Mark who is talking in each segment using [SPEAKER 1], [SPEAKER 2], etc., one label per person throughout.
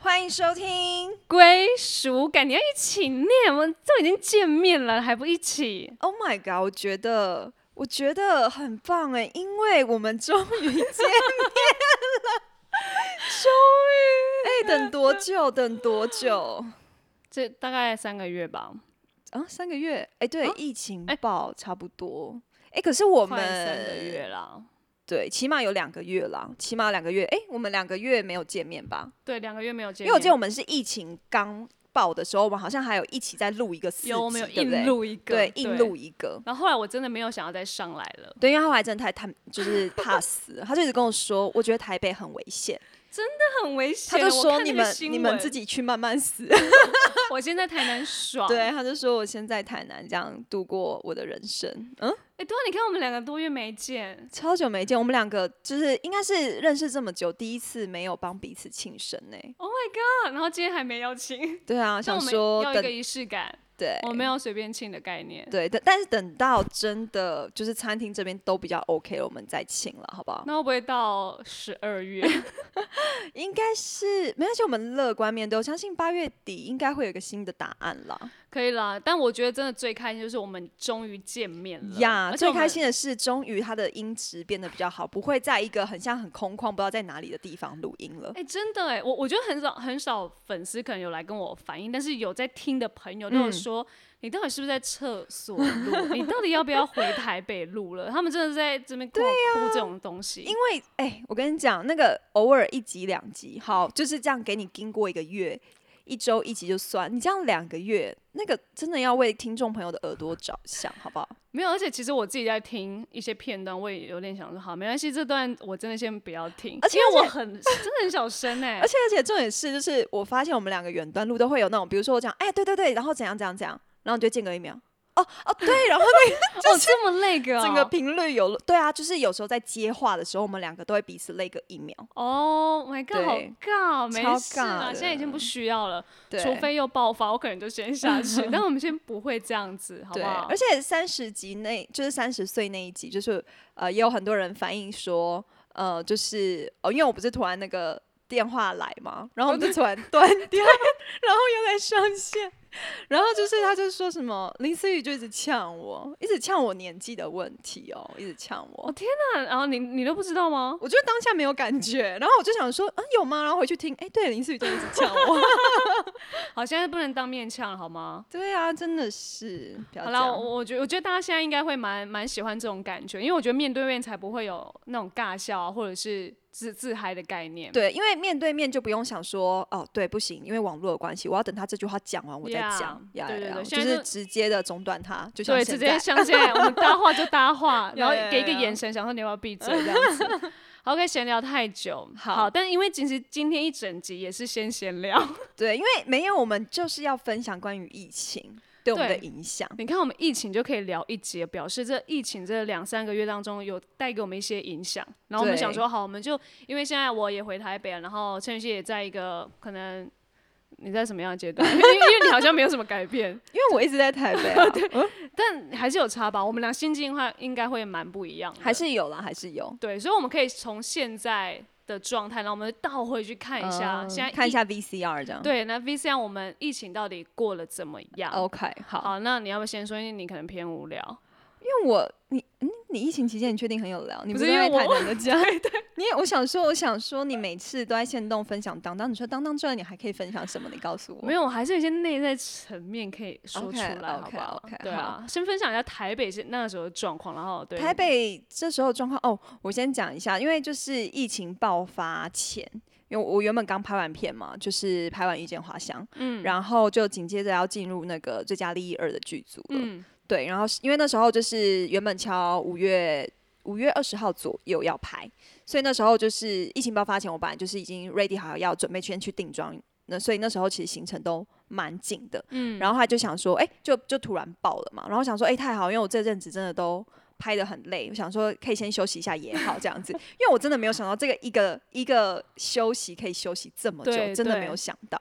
[SPEAKER 1] 欢迎收听。
[SPEAKER 2] 归属感，你要一起念，我们都已经见面了，还不一起？
[SPEAKER 1] Oh my god！我觉得，我觉得很棒哎，因为我们终于见面了，终 于哎，等多久？等多久？
[SPEAKER 2] 这大概三个月吧，
[SPEAKER 1] 啊，三个月？哎，对，
[SPEAKER 2] 啊
[SPEAKER 1] 疫情
[SPEAKER 2] 哎
[SPEAKER 1] 爆差不多。哎，可是我
[SPEAKER 2] 快三个
[SPEAKER 1] 们
[SPEAKER 2] 月啦。
[SPEAKER 1] 对，起码有两个月啦，起码两个月。哎，我们两个月没有见面吧？
[SPEAKER 2] 对，两个月没有
[SPEAKER 1] 因
[SPEAKER 2] 见面，
[SPEAKER 1] 为我记得我们是疫情刚爆的时候，我们好像还有一起在录一个四集，
[SPEAKER 2] 有我们有
[SPEAKER 1] 对不对
[SPEAKER 2] 硬录一个，
[SPEAKER 1] 对，硬录。一个。
[SPEAKER 2] 然后后来我真的没有想要再上来了，
[SPEAKER 1] 对，因为他后来真的太太 就是怕死了，他就一直跟我说，我觉得台北很危险，
[SPEAKER 2] 那很危
[SPEAKER 1] 他
[SPEAKER 2] 险。
[SPEAKER 1] 就
[SPEAKER 2] 啊我
[SPEAKER 1] 说
[SPEAKER 2] 看
[SPEAKER 1] 你
[SPEAKER 2] 那个
[SPEAKER 1] 们
[SPEAKER 2] 新
[SPEAKER 1] 你们
[SPEAKER 2] 闻
[SPEAKER 1] 自，己去慢慢死。
[SPEAKER 2] 我现在台南爽。
[SPEAKER 1] 对，
[SPEAKER 2] 哎、
[SPEAKER 1] 他就说我先在台南这样度过我的人生，嗯，
[SPEAKER 2] 对啊，你看我们两个多月没见，
[SPEAKER 1] 超久没见，我们两个就是应该是认识这么久，第一次没有帮彼此庆生呢、
[SPEAKER 2] 啊然后今天还没邀请，
[SPEAKER 1] 对啊，想
[SPEAKER 2] 像我们
[SPEAKER 1] 说
[SPEAKER 2] 要一个
[SPEAKER 1] 等
[SPEAKER 2] 仪式感，
[SPEAKER 1] 对
[SPEAKER 2] 我没有随便庆的概念。
[SPEAKER 1] 对，但但是等到真的就是餐厅这边都比较 OK 了，我们再请了，好不好？
[SPEAKER 2] 那会不会到十二月？
[SPEAKER 1] 应该是没关系，我们乐观面对，我相信八月底应该会有一个新的答案啦。
[SPEAKER 2] 可以啦，但我觉得真的最开心就是我们终于见面了
[SPEAKER 1] 呀，
[SPEAKER 2] 而且
[SPEAKER 1] 最
[SPEAKER 2] 我们
[SPEAKER 1] 开心的是，终于它的音质变得比较好，不会在一个很像很空旷、不知道在哪里的地方录音了。
[SPEAKER 2] 哎、真的哎、我我觉得很少很少粉丝可能有来跟我反映，但是有在听的朋友都有
[SPEAKER 1] 嗯
[SPEAKER 2] 说，你到底是不是在厕所录？你到底要不要回台北录了？他们真的在这边跟我哭这种东西，
[SPEAKER 1] 因为，哎、我跟你讲，那个偶尔一集两集，好，就是这样给你盯过一个月，一周一集就算。你这样两个月，那个真的要为听众朋友的耳朵着想，好不好？
[SPEAKER 2] 没有。而且其实我自己在听一些片段，我也有点想说，好，没关系，这段我真的先不要听，
[SPEAKER 1] 而且
[SPEAKER 2] 因为
[SPEAKER 1] 而
[SPEAKER 2] 我
[SPEAKER 1] 且
[SPEAKER 2] 很真的很小声哎、
[SPEAKER 1] 而且，而且重点是，就是我发现我们两个远端录都会有那种，比如说我讲，哎、对对对，然后怎样怎样怎样，然后你就间隔一秒，哦哦，对，然后
[SPEAKER 2] 哦，这么累个、哦，
[SPEAKER 1] 整个频率有，对啊，就是有时候在接话的时候，我们两个都会彼此累个一秒。
[SPEAKER 2] 哦、m y God，好
[SPEAKER 1] 对
[SPEAKER 2] 尬，
[SPEAKER 1] 超
[SPEAKER 2] 哦没事
[SPEAKER 1] 尬
[SPEAKER 2] 啦，
[SPEAKER 1] 的
[SPEAKER 2] 现在已经不需要了。
[SPEAKER 1] 对，
[SPEAKER 2] 除非又爆发，我可能就先下 去。但我们先不会这样子，好
[SPEAKER 1] 对，
[SPEAKER 2] 不好
[SPEAKER 1] 而？且三十集那，就是三十岁那一集，就是呃，也有很多人反映说，呃，就是哦，因为我不是突然那个电话来嘛，然
[SPEAKER 2] 哦
[SPEAKER 1] 后我们就突然断 掉，然后又来上线，然后就是他就说什么林思雨就一直呛我，一直呛我年纪的问题哦，一直呛我
[SPEAKER 2] 哦。那然后你你都不知道吗？
[SPEAKER 1] 我觉得当下没有感觉，然后我就想说，嗯，有吗？然后回去听，哎，对，林思雨就一直呛我。
[SPEAKER 2] 好，现在不能当面呛，好吗？
[SPEAKER 1] 对啊，真的是。不要
[SPEAKER 2] 好
[SPEAKER 1] 这
[SPEAKER 2] 啦，
[SPEAKER 1] 样
[SPEAKER 2] 我我觉得我觉得大家现在应该会蛮蛮喜欢这种感觉，因为我觉得面对面才不会有那种尬笑啊，或者是自自嗨的概念。
[SPEAKER 1] 对，因为面对面就不用想说哦，对，不行，因为网络的关系，我要等他这句话讲完我再
[SPEAKER 2] Yeah，
[SPEAKER 1] 讲，呀
[SPEAKER 2] 对对
[SPEAKER 1] 呀
[SPEAKER 2] 对
[SPEAKER 1] 呀
[SPEAKER 2] 现
[SPEAKER 1] 就
[SPEAKER 2] 在
[SPEAKER 1] 是
[SPEAKER 2] 就
[SPEAKER 1] 直接的中断他，就像
[SPEAKER 2] 对，
[SPEAKER 1] 现
[SPEAKER 2] 直
[SPEAKER 1] 在，
[SPEAKER 2] 接像现在我们搭话就搭话
[SPEAKER 1] 有
[SPEAKER 2] 然后
[SPEAKER 1] 有
[SPEAKER 2] 给一个
[SPEAKER 1] 有
[SPEAKER 2] 眼神，想说你要不要 闭嘴这样子。好 OK，闲聊太久，
[SPEAKER 1] 好
[SPEAKER 2] 但因为其实今天一整集也是先闲聊，
[SPEAKER 1] 对，因为没有我们就是要分享关于疫情对我们的
[SPEAKER 2] 对
[SPEAKER 1] 影响，
[SPEAKER 2] 你看，我们疫情就可以聊一节，表示这疫情这两三个月当中有带给我们一些影响。然后我们
[SPEAKER 1] 对
[SPEAKER 2] 想说，好，我们就因为现在我也回台北了，然后陈宇希也在一个可能你在什么样的阶段？因 为因为你好像没有什么改变，
[SPEAKER 1] 因为我一直在台 北、啊，嗯
[SPEAKER 2] 但还是有差吧。我们俩心境的话应该会蛮不一样的，
[SPEAKER 1] 还是有啦，还是有。
[SPEAKER 2] 对，所以我们可以从现在的状态，然后我们倒回去看一下，
[SPEAKER 1] 嗯
[SPEAKER 2] 现在
[SPEAKER 1] 看一
[SPEAKER 2] 疫。
[SPEAKER 1] 下 VCR 这样。
[SPEAKER 2] 对，那 V C R 我们疫情到底过了怎么样？
[SPEAKER 1] ，OK，好，哦
[SPEAKER 2] 好，那你要不要先说？因为你可能偏无聊。
[SPEAKER 1] 因为我你嗯，你疫情期间你确定很有聊，你
[SPEAKER 2] 不
[SPEAKER 1] 是
[SPEAKER 2] 是因
[SPEAKER 1] 在
[SPEAKER 2] 为
[SPEAKER 1] 台
[SPEAKER 2] 我
[SPEAKER 1] 南的家，你也我想说，我想说你每次都在线动分享当当，你说当当之外你还可以分享什么？你告诉我。
[SPEAKER 2] 没有，还是有一些内在层面可以说出
[SPEAKER 1] OK，
[SPEAKER 2] 来好不好
[SPEAKER 1] OK，OK，
[SPEAKER 2] 对啊，先分享一下台北是那个时候的状况，然后对
[SPEAKER 1] 台北这时候的状况哦，我先讲一下，因为就是疫情爆发前，因为我原本刚拍完片嘛，就是拍完《遇见花香》，嗯，然后就紧接着要进入那个最佳利益二的剧组了，
[SPEAKER 2] 嗯
[SPEAKER 1] 对，然后是因为那时候就是原本敲五月五月二十号左右要拍，所以那时候就是疫情爆发前，我本来就是已经 ready 好要准备先去定妆，那所以那时候其实行程都蛮紧的，
[SPEAKER 2] 嗯，
[SPEAKER 1] 然后他就想说，哎、就就突然爆了嘛，然后想说，哎、太好，因为我这阵子真的都拍的很累，我想说可以先休息一下也好，这样子， 因为我真的没有想到这个一个一个休息可以休息这么久
[SPEAKER 2] 对，
[SPEAKER 1] 真的没
[SPEAKER 2] 对
[SPEAKER 1] 有想到。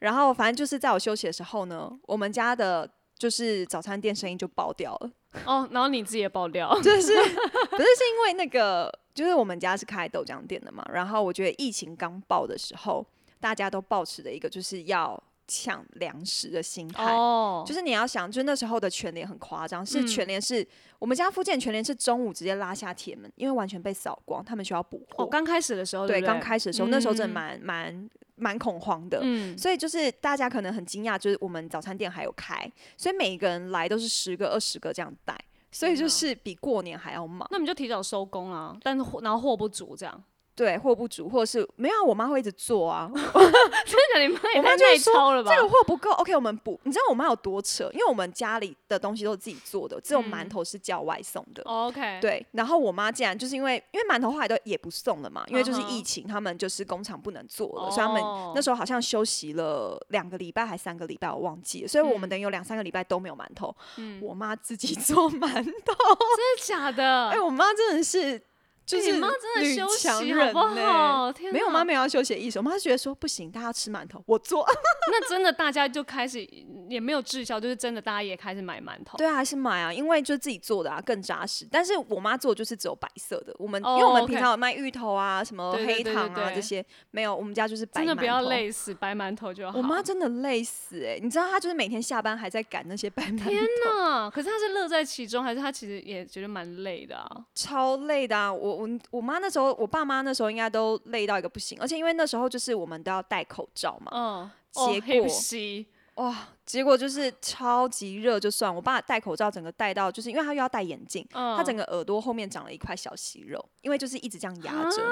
[SPEAKER 1] 然后反正就是在我休息的时候呢，我们家的。就是早餐店生意就爆掉了，
[SPEAKER 2] 哦，然后你自己也爆料，
[SPEAKER 1] 就是不是是因为那个，就是我们家是开豆浆店的嘛，然后我觉得疫情刚爆的时候，大家都抱持的一个就是要抢粮食的心态。
[SPEAKER 2] 哦，
[SPEAKER 1] 就是你要想，就是那时候的全联很夸张，是全联是、我们家附近的全联是中午直接拉下铁门，因为完全被扫光，他们需要补货。
[SPEAKER 2] 哦，刚开始的时候，
[SPEAKER 1] 对，
[SPEAKER 2] 不
[SPEAKER 1] 刚开始的时候，那时候真的
[SPEAKER 2] 嗯
[SPEAKER 1] 蛮蛮蛮恐慌的。
[SPEAKER 2] 嗯，
[SPEAKER 1] 所以就是大家可能很惊讶，就是我们早餐店还有开，所以每一个人来都是十个、二十个这样带，所以
[SPEAKER 2] 天
[SPEAKER 1] 就
[SPEAKER 2] 哪
[SPEAKER 1] 是比过年还要忙。
[SPEAKER 2] 那你就提早收工啦，但是货然后货不足这样，
[SPEAKER 1] 对，货不足，或者是没有啊，我妈会一直做啊，
[SPEAKER 2] 真的你妈 也
[SPEAKER 1] 我妈
[SPEAKER 2] 太
[SPEAKER 1] 就是
[SPEAKER 2] 耐
[SPEAKER 1] 说
[SPEAKER 2] 操了吧？
[SPEAKER 1] 这个货不够，OK，我们补。你知道我妈有多扯？因为我们家里的东西都是自己做的，只有馒头是叫外送的。
[SPEAKER 2] 嗯哦 OK，，
[SPEAKER 1] 对，然后我妈竟然就是因为因为馒头后来都也不送了嘛，因为就是
[SPEAKER 2] 嗯
[SPEAKER 1] 疫
[SPEAKER 2] 哼
[SPEAKER 1] 情，他们就是工厂不能做了，所以他们
[SPEAKER 2] 哦
[SPEAKER 1] 那时候好像休息了两个礼拜还三个礼拜，我忘记了，所以我们
[SPEAKER 2] 嗯
[SPEAKER 1] 等于有两三个礼拜都没有馒头。
[SPEAKER 2] 嗯
[SPEAKER 1] 我妈自己 做馒头，
[SPEAKER 2] 真的假的？
[SPEAKER 1] 哎、我妈真的是就
[SPEAKER 2] 嗯哎
[SPEAKER 1] 是
[SPEAKER 2] 你妈真的
[SPEAKER 1] 女
[SPEAKER 2] 休
[SPEAKER 1] 强
[SPEAKER 2] 息好
[SPEAKER 1] 人
[SPEAKER 2] 不
[SPEAKER 1] 呢
[SPEAKER 2] 好？天
[SPEAKER 1] 没有，我
[SPEAKER 2] 哪哦
[SPEAKER 1] 妈没有要休息的意思，我妈觉得说不行，大家吃馒头，我做。
[SPEAKER 2] 那真的大家就开始也没有滞销，就是真的大家也开始买馒 头。
[SPEAKER 1] 对啊，还是买啊，因为就自己做的啊，更扎实。但是我妈做的就是只有白色的，我们、因为
[SPEAKER 2] 哦
[SPEAKER 1] 我们
[SPEAKER 2] ，OK
[SPEAKER 1] 平常有卖芋头啊、什么
[SPEAKER 2] 对对
[SPEAKER 1] 黑
[SPEAKER 2] 对对
[SPEAKER 1] 糖啊
[SPEAKER 2] 对
[SPEAKER 1] 这些，没有，我们家就是白
[SPEAKER 2] 真的
[SPEAKER 1] 馒
[SPEAKER 2] 不要
[SPEAKER 1] 头。
[SPEAKER 2] 累死，白馒头就好。
[SPEAKER 1] 我妈真的累死哎、你知道她就是每天下班还在赶那些白馒
[SPEAKER 2] 天
[SPEAKER 1] 头，
[SPEAKER 2] 呐，可是她是乐在其中，还是她其实也觉得蛮累的啊？
[SPEAKER 1] 超累的啊！我我我妈那时候，我爸妈那时候应该都累到一个不行，而且因为那时候就是我们都要戴口罩嘛，
[SPEAKER 2] 嗯，
[SPEAKER 1] 结
[SPEAKER 2] 哦，黑
[SPEAKER 1] 果
[SPEAKER 2] 不吸
[SPEAKER 1] 哇，结果就是超级热就算，我爸戴口罩整个戴到，就是因为他又要戴眼镜，
[SPEAKER 2] 嗯，
[SPEAKER 1] 他整个耳朵后面长了一块小息肉，因为就是一直这样压着。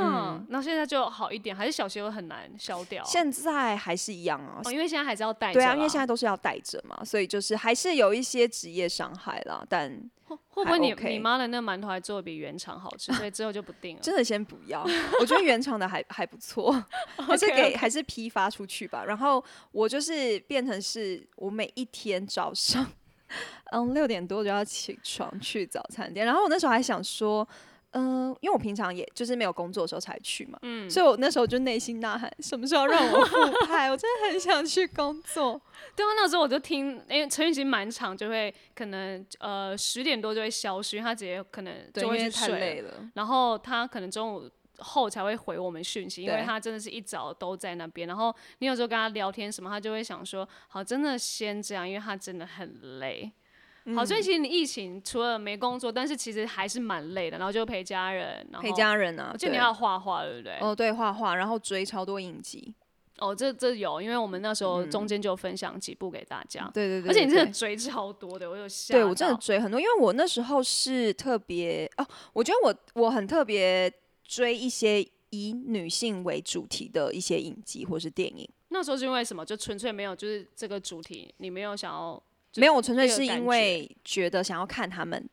[SPEAKER 2] 嗯，然后现在就好一点，还是小息肉很难消掉。
[SPEAKER 1] 现在还是一样啊。
[SPEAKER 2] 啊哦，因为现在还是要戴着
[SPEAKER 1] 对
[SPEAKER 2] 啦。
[SPEAKER 1] 啊，因为现在都是要戴着嘛，所以就是还是有一些职业伤害啦，但
[SPEAKER 2] 会会不会
[SPEAKER 1] 还
[SPEAKER 2] 你
[SPEAKER 1] OK
[SPEAKER 2] 你妈的那馒头还做的比原厂好 吃，所以之后就不定了。
[SPEAKER 1] 真的先不要。我觉得原厂的还还不 错，还是
[SPEAKER 2] OK，OK
[SPEAKER 1] 给还是批发出去吧。然后我就是变成是我每一天早上， 嗯，六点多就要起床去早餐店。然后我那时候还想说，嗯、因为我平常也就是没有工作的时候才去嘛，
[SPEAKER 2] 嗯
[SPEAKER 1] 所以我那时候就内心呐喊，什么时候让我复 派？我真的很想去工作。
[SPEAKER 2] 对啊，那时候我就听，因为陈雨其实蛮长，就会可能呃十点多就会消失，因为他直接可能
[SPEAKER 1] 对，
[SPEAKER 2] 就
[SPEAKER 1] 因
[SPEAKER 2] 会
[SPEAKER 1] 为
[SPEAKER 2] 去
[SPEAKER 1] 太
[SPEAKER 2] 睡了
[SPEAKER 1] 累了。
[SPEAKER 2] 然后他可能中午后才会回我们讯息，因为
[SPEAKER 1] 对
[SPEAKER 2] 他真的是一早都在那边。然后你有时候跟他聊天什么，他就会想说，好，真的先这样，因为他真的很累。好，
[SPEAKER 1] 嗯
[SPEAKER 2] 所以其实你疫情除了没工作，但是其实还是蛮累的，然后就陪家人，然后
[SPEAKER 1] 陪，家人啊，
[SPEAKER 2] 我记得你
[SPEAKER 1] 对
[SPEAKER 2] 还有画画，对不对？哦
[SPEAKER 1] 哦，对，画画，然后追超多影集，
[SPEAKER 2] 这这有，因为我们那时候中间就分享几部给大家，
[SPEAKER 1] 对嗯对对，
[SPEAKER 2] 而且你
[SPEAKER 1] 对
[SPEAKER 2] 真的追超多的，我有吓
[SPEAKER 1] 对我真的
[SPEAKER 2] 到
[SPEAKER 1] 追很多，因为我那时候是特别哦，我觉得我我很特别追一些以女性为主题的一些影集或是电影，
[SPEAKER 2] 那时候是因为什么？就纯粹没有，就是这个主题，你没有想要就
[SPEAKER 1] 没有，我纯粹
[SPEAKER 2] 这个
[SPEAKER 1] 是
[SPEAKER 2] 感
[SPEAKER 1] 因
[SPEAKER 2] 觉
[SPEAKER 1] 为觉得想要看他们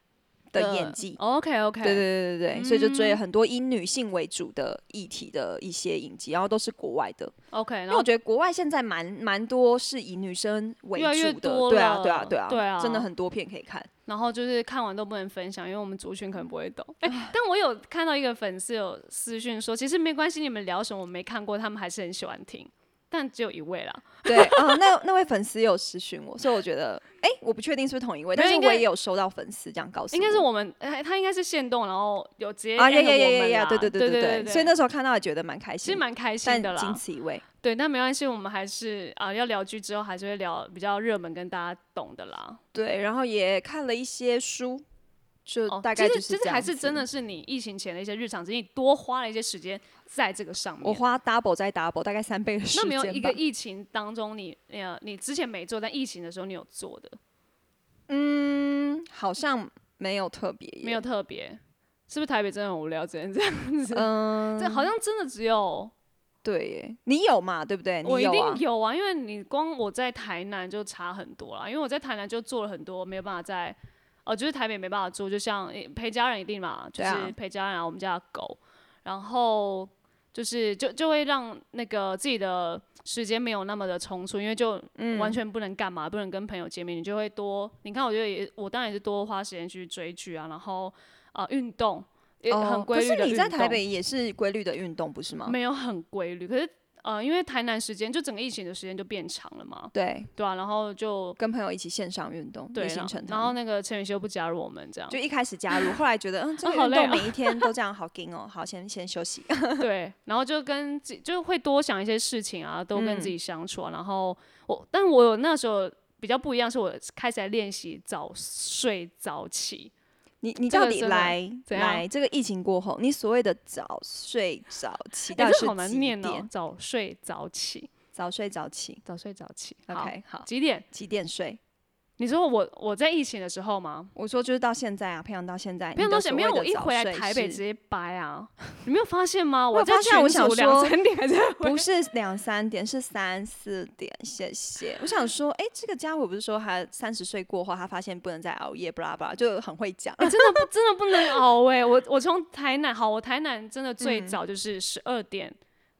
[SPEAKER 1] 的演技。
[SPEAKER 2] OK 嗯 OK，
[SPEAKER 1] 对对对对对，所以就追了很多以女性为主的议题的一些影集，然后都是国外的，
[SPEAKER 2] OK，
[SPEAKER 1] 因
[SPEAKER 2] 然
[SPEAKER 1] 为
[SPEAKER 2] 后
[SPEAKER 1] 我觉得国外现在蛮蛮多是以女生为
[SPEAKER 2] 越来越
[SPEAKER 1] 主的，
[SPEAKER 2] 多
[SPEAKER 1] 对啊
[SPEAKER 2] 了
[SPEAKER 1] 对啊对啊，
[SPEAKER 2] 对啊
[SPEAKER 1] 真的很多片可以看。
[SPEAKER 2] 然后就是看完都不能分享，因为我们族群可能不会懂。哎、 但我有看到一个粉丝有私讯说，其实没关系，你们聊什么我没看过，他们还是很喜欢听。但只有一位啦，
[SPEAKER 1] 对啊、那那位粉丝有私讯我，所以我觉得，哎、我不确定是不是同一位，
[SPEAKER 2] 没有
[SPEAKER 1] 但是
[SPEAKER 2] 应该
[SPEAKER 1] 我也有收到粉丝这样告诉我，
[SPEAKER 2] 应该是我们，哎、他应该是限动，然后有直接
[SPEAKER 1] 啊，呀
[SPEAKER 2] at
[SPEAKER 1] 呀呀
[SPEAKER 2] 我
[SPEAKER 1] 呀
[SPEAKER 2] 们
[SPEAKER 1] 呀，
[SPEAKER 2] 啦
[SPEAKER 1] 对
[SPEAKER 2] 对
[SPEAKER 1] 对
[SPEAKER 2] 对
[SPEAKER 1] 对所以
[SPEAKER 2] 那
[SPEAKER 1] 那时候看到也觉得蛮开
[SPEAKER 2] 其实
[SPEAKER 1] 心，
[SPEAKER 2] 蛮开心
[SPEAKER 1] 但
[SPEAKER 2] 的
[SPEAKER 1] 仅
[SPEAKER 2] 啦。
[SPEAKER 1] 此一位，
[SPEAKER 2] 对，但没关系，我们还是啊、要聊剧之后还是会聊比较热门跟大家懂的啦。
[SPEAKER 1] 对，然后也看了一些书，就
[SPEAKER 2] 哦，
[SPEAKER 1] 大概就
[SPEAKER 2] 其实其
[SPEAKER 1] 这
[SPEAKER 2] 实
[SPEAKER 1] 样、
[SPEAKER 2] 还是真的，是你疫情前的一些日常，只是你多花了一些时间在这个上面。
[SPEAKER 1] 我花 double 再 double，大概三倍的时
[SPEAKER 2] 那
[SPEAKER 1] 间吧。
[SPEAKER 2] 没有一个疫情当中你，呃，你之前没做，但疫情的时候你有做的，
[SPEAKER 1] 嗯，好像没有特别，
[SPEAKER 2] 没有，特别，是不是台北真的很无聊，只能这样子？
[SPEAKER 1] 嗯，
[SPEAKER 2] 这好像真的只有
[SPEAKER 1] 对耶，你有嘛？对不对？你
[SPEAKER 2] 我一
[SPEAKER 1] 有啊
[SPEAKER 2] 定。有啊，因为你光我在台南就差很多啦，因为我在台南就做了很多没有办法在，哦、就是台北没办法做，就像诶陪家人一定嘛，就
[SPEAKER 1] 对啊
[SPEAKER 2] 是陪家人啊，我们家的狗，然后就是就就会让那个自己的时间没有那么的充足，因为就
[SPEAKER 1] 嗯
[SPEAKER 2] 完全不能干嘛，不能跟朋友见面，你就会多，你看我觉得也我当然也是多花时间去追剧啊，然后啊运动也
[SPEAKER 1] 哦
[SPEAKER 2] 很规
[SPEAKER 1] 可
[SPEAKER 2] 律的
[SPEAKER 1] 是
[SPEAKER 2] 运动。
[SPEAKER 1] 你在台北也是规律的运动，不是吗？
[SPEAKER 2] 没有很规律，可是呃，因为台南时间就整个疫情的时间就变长了嘛，
[SPEAKER 1] 对，
[SPEAKER 2] 对啊，然后就
[SPEAKER 1] 跟朋友一起线上运动，
[SPEAKER 2] 对，
[SPEAKER 1] 也
[SPEAKER 2] 然
[SPEAKER 1] 形
[SPEAKER 2] 后
[SPEAKER 1] 成他
[SPEAKER 2] 然后
[SPEAKER 1] 们
[SPEAKER 2] 那个陈宇修不加入我们这样
[SPEAKER 1] 就，一开始加入，后来觉得嗯，这
[SPEAKER 2] 啊
[SPEAKER 1] 个
[SPEAKER 2] 好
[SPEAKER 1] 运
[SPEAKER 2] 累
[SPEAKER 1] 动
[SPEAKER 2] 哦
[SPEAKER 1] 每一天都这样好劲哦，好，先先休息。
[SPEAKER 2] 对，然后就跟自己就会多想一些事情啊，都跟
[SPEAKER 1] 嗯
[SPEAKER 2] 自己相处啊。然后我，但我有那时候比较不一样，是我开始在练习早睡早起。
[SPEAKER 1] 你你
[SPEAKER 2] 这
[SPEAKER 1] 到
[SPEAKER 2] 个
[SPEAKER 1] 底
[SPEAKER 2] 真的
[SPEAKER 1] 来
[SPEAKER 2] 怎样
[SPEAKER 1] 来这个疫情过后，你所谓的早睡早起，
[SPEAKER 2] 哎、
[SPEAKER 1] 到底
[SPEAKER 2] 这
[SPEAKER 1] 是
[SPEAKER 2] 好难
[SPEAKER 1] 几
[SPEAKER 2] 念哦
[SPEAKER 1] 点？，
[SPEAKER 2] 早睡早起，
[SPEAKER 1] 早睡早起
[SPEAKER 2] 早睡早起。好
[SPEAKER 1] ，OK，好，
[SPEAKER 2] 几点？
[SPEAKER 1] 几点睡？
[SPEAKER 2] 你说我我在疫情的时候吗？
[SPEAKER 1] 我说就是到现在啊，培养到现在，
[SPEAKER 2] 没
[SPEAKER 1] 你
[SPEAKER 2] 有
[SPEAKER 1] 的
[SPEAKER 2] 东西，
[SPEAKER 1] 所
[SPEAKER 2] 没有。
[SPEAKER 1] 谓的
[SPEAKER 2] 我一
[SPEAKER 1] 早
[SPEAKER 2] 回来
[SPEAKER 1] 睡
[SPEAKER 2] 台北
[SPEAKER 1] 是
[SPEAKER 2] 直接掰啊！你没有发现吗？
[SPEAKER 1] 我有
[SPEAKER 2] 在
[SPEAKER 1] 发现我
[SPEAKER 2] 群
[SPEAKER 1] 想
[SPEAKER 2] 组两
[SPEAKER 1] 说
[SPEAKER 2] 三点 还在回
[SPEAKER 1] 不是两三点，是三四点。谢谢。我想说，哎、这个家伙不是说他三十岁过后，他发现不能再熬夜，巴拉巴拉，就很会讲。
[SPEAKER 2] 欸真的不真的不 能熬哎、我我从台南好，我台南真的最
[SPEAKER 1] 嗯
[SPEAKER 2] 早就是十二点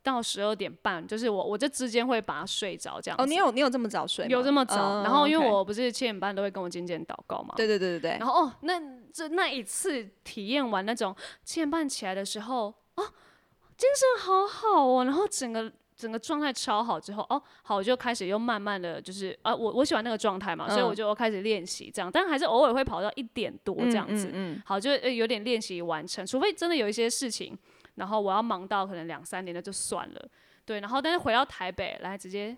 [SPEAKER 2] 到十二点半，就是我我这之间会把它睡着这样子。
[SPEAKER 1] 哦，你有你有这么早睡吗？
[SPEAKER 2] 有这么早？
[SPEAKER 1] 嗯
[SPEAKER 2] 然后因为
[SPEAKER 1] OK
[SPEAKER 2] 我不是七点半都会跟我经纪人祷告嘛，
[SPEAKER 1] 对对对对对
[SPEAKER 2] 然，后哦，那这那一次体验完那种七点半起来的时候，哦，精神好好哦，然后整个整个状态超好之后，哦，好，我就开始又慢慢的就是啊，我我喜欢那个状态嘛，所以
[SPEAKER 1] 嗯
[SPEAKER 2] 我就开始练习这样，但还是偶尔会跑到一点多这样子，
[SPEAKER 1] 嗯，嗯嗯
[SPEAKER 2] 好，就呃有点练习完成，除非真的有一些事情，然后我要忙到可能两三点，那就算了。对，然后但是回到台北来直接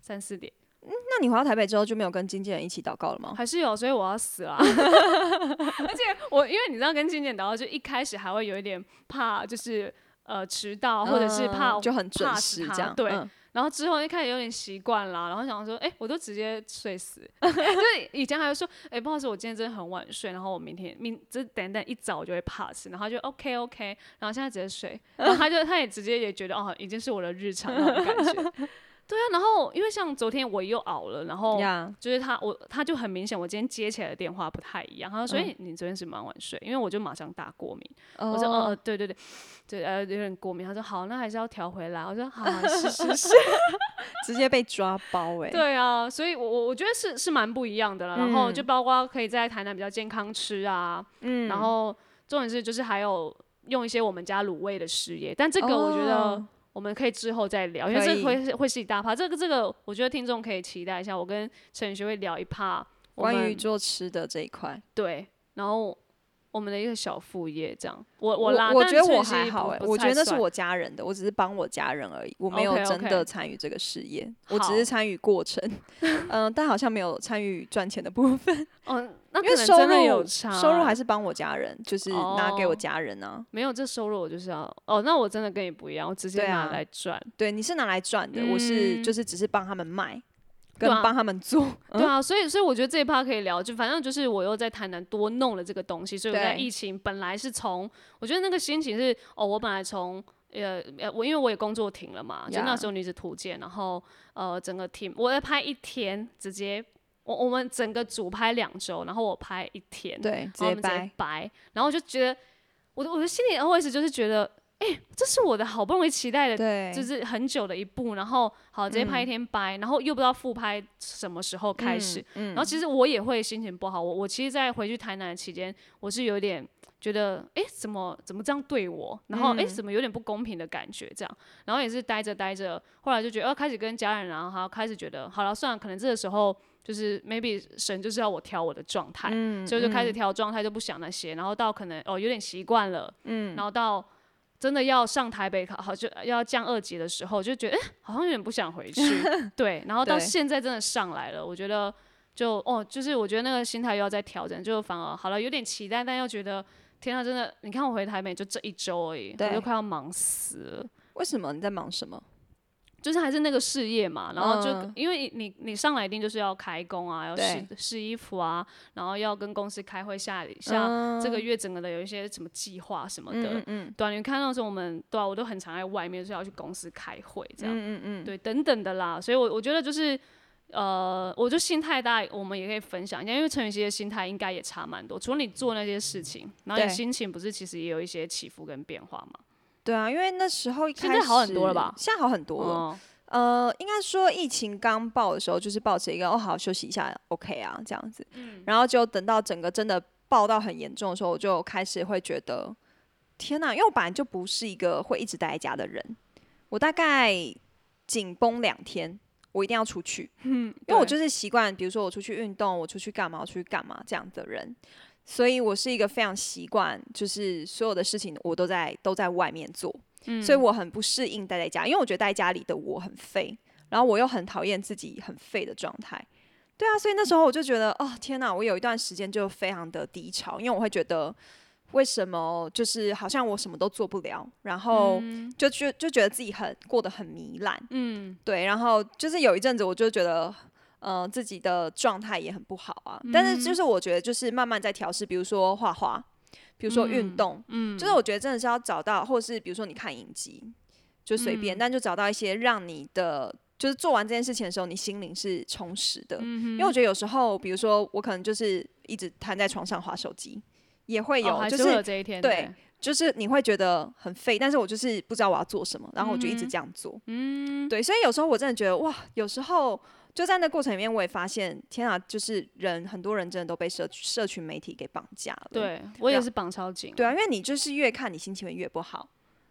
[SPEAKER 2] 三四点
[SPEAKER 1] 那你回到台北之后就没有跟经纪人一起祷告了吗？
[SPEAKER 2] 还是有，所以我要死了。 而且我因为你知道跟经纪人祷告，就一开始还会有一点怕，就是呃迟到，或者是怕、
[SPEAKER 1] 嗯就很准
[SPEAKER 2] 怕死
[SPEAKER 1] 时
[SPEAKER 2] 他
[SPEAKER 1] 这样。
[SPEAKER 2] 对
[SPEAKER 1] 嗯
[SPEAKER 2] 然后之后一开始有点习惯啦，然后想说，哎、我都直接睡死。 就是以前还会说，哎、不好意思，我今天真的很晚睡，然后我明天明就是等等一早我就会 pass，然后他就 OK OK，然后现在直接睡，然后他就他也直接也觉得哦，已经是我的日常那种感觉。 对啊，然后因为像昨天我又熬了，然后
[SPEAKER 1] 呀，
[SPEAKER 2] 就是他我他就很明显，我今天接起来的电话不太一样，他就说，
[SPEAKER 1] 嗯
[SPEAKER 2] 哎、你昨天是蛮晚睡，因为我就马上大过敏，
[SPEAKER 1] 我
[SPEAKER 2] 我说，哦、呃，对对对，对呃有点过敏，他说好，那还是要调回来，我说好，啊 是是是。
[SPEAKER 1] 直接被抓包哎、
[SPEAKER 2] 对啊，所以我我我觉得是是蛮不一样的了。然后
[SPEAKER 1] 嗯
[SPEAKER 2] 就包括可以在台南比较健康吃啊，
[SPEAKER 1] 嗯
[SPEAKER 2] 然后重点是就是还有用一些我们家卤味的事业，但这个我觉得
[SPEAKER 1] 哦
[SPEAKER 2] 我们可以之后再聊，因为
[SPEAKER 1] 可
[SPEAKER 2] 这
[SPEAKER 1] 以
[SPEAKER 2] 会是会是一大趴。这个这个我觉得听众可以期待一下，我跟陈宇学会聊一趴我
[SPEAKER 1] 关
[SPEAKER 2] 们
[SPEAKER 1] 于做吃的这一块，
[SPEAKER 2] 对，然后我们的一个小副业这样。我我拉，
[SPEAKER 1] 我
[SPEAKER 2] 但
[SPEAKER 1] 觉得
[SPEAKER 2] 这
[SPEAKER 1] 我
[SPEAKER 2] 是
[SPEAKER 1] 还
[SPEAKER 2] 不
[SPEAKER 1] 好哎、
[SPEAKER 2] 不
[SPEAKER 1] 我
[SPEAKER 2] 太
[SPEAKER 1] 觉得那是
[SPEAKER 2] 算
[SPEAKER 1] 我家人的，我只是帮我家人而已，我没有
[SPEAKER 2] OK，OK
[SPEAKER 1] 真的参与这个事业，我只是
[SPEAKER 2] 好
[SPEAKER 1] 参与过 程，嗯、但好像没有参与赚钱的部分，
[SPEAKER 2] 哦，那
[SPEAKER 1] 因为
[SPEAKER 2] 可能
[SPEAKER 1] 收
[SPEAKER 2] 真的有
[SPEAKER 1] 入
[SPEAKER 2] 差
[SPEAKER 1] 收入还是帮我家人，就是拿给我
[SPEAKER 2] 哦
[SPEAKER 1] 家人啊，
[SPEAKER 2] 没有这收入，我就是要哦，那我真的跟你不一样，我直接
[SPEAKER 1] 对
[SPEAKER 2] 拿
[SPEAKER 1] 啊
[SPEAKER 2] 来赚。
[SPEAKER 1] 对，你是拿来赚的，我是就是只是帮他们卖，跟
[SPEAKER 2] 嗯对啊
[SPEAKER 1] 帮他们做，
[SPEAKER 2] 对啊，所以所以我觉得这一趴可以聊，就反正就是我又在台南多弄了这个东西，所以我在
[SPEAKER 1] 对
[SPEAKER 2] 疫情本来是从，我觉得那个心情是哦，我本来从。呃呃，我因为我也工作停了嘛就
[SPEAKER 1] Yeah
[SPEAKER 2] 那时候女子图鉴，然后呃整个 team 我在拍一天，直接我我们整个组拍两周，然后我拍一天，
[SPEAKER 1] 对，直
[SPEAKER 2] 然后
[SPEAKER 1] 接
[SPEAKER 2] 我们直
[SPEAKER 1] 掰
[SPEAKER 2] 接，掰，然后我就觉得我的我的心里 always 就是觉得，哎、这是我的好不容易期待的
[SPEAKER 1] 对，
[SPEAKER 2] 就是很久的一部，然后好直接拍一天掰，然后又不知道复拍什么时候开始。然后其实我也会心情不好，我我其实，在回去台南的期间，我是有点觉得，诶，怎么怎么这样对我？然后诶，怎么有点不公平的感觉？这样，然后也是待着待着，后来就觉得，哦、开始跟家人，然后还开始觉得，好了，算了，可能这个时候。就是 maybe 神就是要我调我的状态，
[SPEAKER 1] 嗯
[SPEAKER 2] 所以就开始调状态，就不想那些，然后到可能哦有点习惯了，
[SPEAKER 1] 嗯
[SPEAKER 2] 然后到真的要上台北考，好就要降二级的时候，就觉得哎、诶好像有点不 想回去。对，然后到
[SPEAKER 1] 对
[SPEAKER 2] 现在真的上来了，我觉得就哦，就是我觉得那个心态又要再调整，就反而好了，有点期待，但又觉得天啊，真的，你看我回台北就这一周而已，我
[SPEAKER 1] 对
[SPEAKER 2] 就快要忙死了。
[SPEAKER 1] 为什么你在忙什么？
[SPEAKER 2] 就是还是那个事业嘛，然后就、
[SPEAKER 1] 嗯
[SPEAKER 2] 因为你你上来一定就是要开工啊，要试
[SPEAKER 1] 对
[SPEAKER 2] 试衣服啊，然后要跟公司开会下下这个月整个的有一些什么计划什么的，
[SPEAKER 1] 嗯嗯
[SPEAKER 2] 对啊，你看那时候我们对啊，我都很常在外面，就是要去公司开会这样，
[SPEAKER 1] 嗯嗯嗯，
[SPEAKER 2] 对，等等的啦。所以我，我觉得就是，呃，我就心态大，我们也可以分享一下，因为陈雨希的心态应该也差蛮多。除了你做那些事情，然后你
[SPEAKER 1] 对
[SPEAKER 2] 心情不是其实也有一些起伏跟变化嘛？
[SPEAKER 1] 对啊，因为那时候一
[SPEAKER 2] 现
[SPEAKER 1] 开
[SPEAKER 2] 在
[SPEAKER 1] 始
[SPEAKER 2] 好很多了吧
[SPEAKER 1] 现在好很多了，
[SPEAKER 2] 哦，
[SPEAKER 1] 呃，应该说疫情刚爆的时候，就是抱着一个哦好休息一下，OK 啊这样子，
[SPEAKER 2] 嗯
[SPEAKER 1] 然后就等到整个真的爆到很严重的时候，我就开始会觉得天哪，因为我本来就不是一个会一直待在家的人，我大概紧绷两天，我一定要出去，
[SPEAKER 2] 嗯，
[SPEAKER 1] 因为我
[SPEAKER 2] 对
[SPEAKER 1] 就是习惯，比如说我出去运动，我出去干嘛，我出去干嘛这样的人，所以我是一个非常习惯，就是所有的事情我都在都在外面做，所以我很不适应待在家，因为我觉得待在家里的我很废，然后我又很讨厌自己很废的状态。对啊，所以那时候我就觉得，哦天哪！我有一段时间就非常的低潮，因为我会觉得，为什么就是好像我什么都做不了，然后就就就觉得自己很过得很糜烂，
[SPEAKER 2] 嗯
[SPEAKER 1] 对，然后就是有一阵子，我就觉得，呃，自己的状态也很不好啊。但是就是
[SPEAKER 2] 嗯
[SPEAKER 1] 我觉得，就是慢慢在调试，比如说画画，比如说运动，嗯，就是我觉得真的是要找到，或是比如说你看影集，就随
[SPEAKER 2] 嗯
[SPEAKER 1] 便，但就找到一些让你的。就是做完这件事情的时候，你心灵是充实的，
[SPEAKER 2] 嗯
[SPEAKER 1] 因为我觉得有时候，比如说我可能就是一直瘫在床上划手机，也会有，
[SPEAKER 2] 哦还
[SPEAKER 1] 就是
[SPEAKER 2] 会有这一天，
[SPEAKER 1] 对，就是你会觉得很废，但是我就是不知道我要做什么，然后我就一直这样做。嗯，对，所以有时候我真的觉得哇，有时候就在那过程里面，我也发现，天啊，就是人很多人真的都被社社群媒体给绑架了。
[SPEAKER 2] 对我也
[SPEAKER 1] 然
[SPEAKER 2] 是绑超紧，
[SPEAKER 1] 对啊，因为你就是越看你心情会越不好。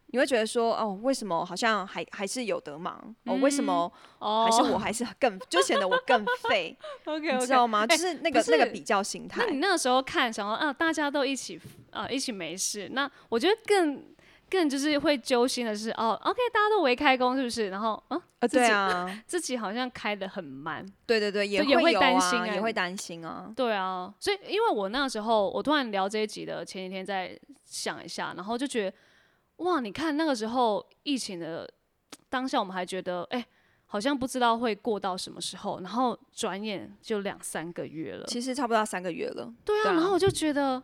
[SPEAKER 1] 你会觉得说哦，为什么好像还还是有得忙？哦，为什么
[SPEAKER 2] 哦，
[SPEAKER 1] 还是我还是更就显得我更 废，
[SPEAKER 2] OK
[SPEAKER 1] 你知
[SPEAKER 2] OK。
[SPEAKER 1] 道吗？就是那个
[SPEAKER 2] 不
[SPEAKER 1] 那个
[SPEAKER 2] 哎是
[SPEAKER 1] 比较心态
[SPEAKER 2] 那。你那个时候看，想说啊，大家都一起啊，一起没事。那我觉得更更就是会揪心的是，哦，OK，大家都围开工是不是？然后啊，
[SPEAKER 1] 呃，
[SPEAKER 2] 自己
[SPEAKER 1] 对啊，
[SPEAKER 2] 自己好像开的很慢，
[SPEAKER 1] 对对对，也
[SPEAKER 2] 就也会
[SPEAKER 1] 有
[SPEAKER 2] 担心
[SPEAKER 1] 啊，
[SPEAKER 2] 啊
[SPEAKER 1] 也会担心啊。
[SPEAKER 2] 对啊，所以因为我那时候，我突然聊这一集的前几天在想一下，然后就觉得，哇，你看那个时候疫情的当下，我们还觉得，哎、好像不知道会过到什么时候，然后转眼就两三个月了。
[SPEAKER 1] 其实差不多要三个月了。
[SPEAKER 2] 对
[SPEAKER 1] 对
[SPEAKER 2] 啊，
[SPEAKER 1] 啊
[SPEAKER 2] 然后我就觉得，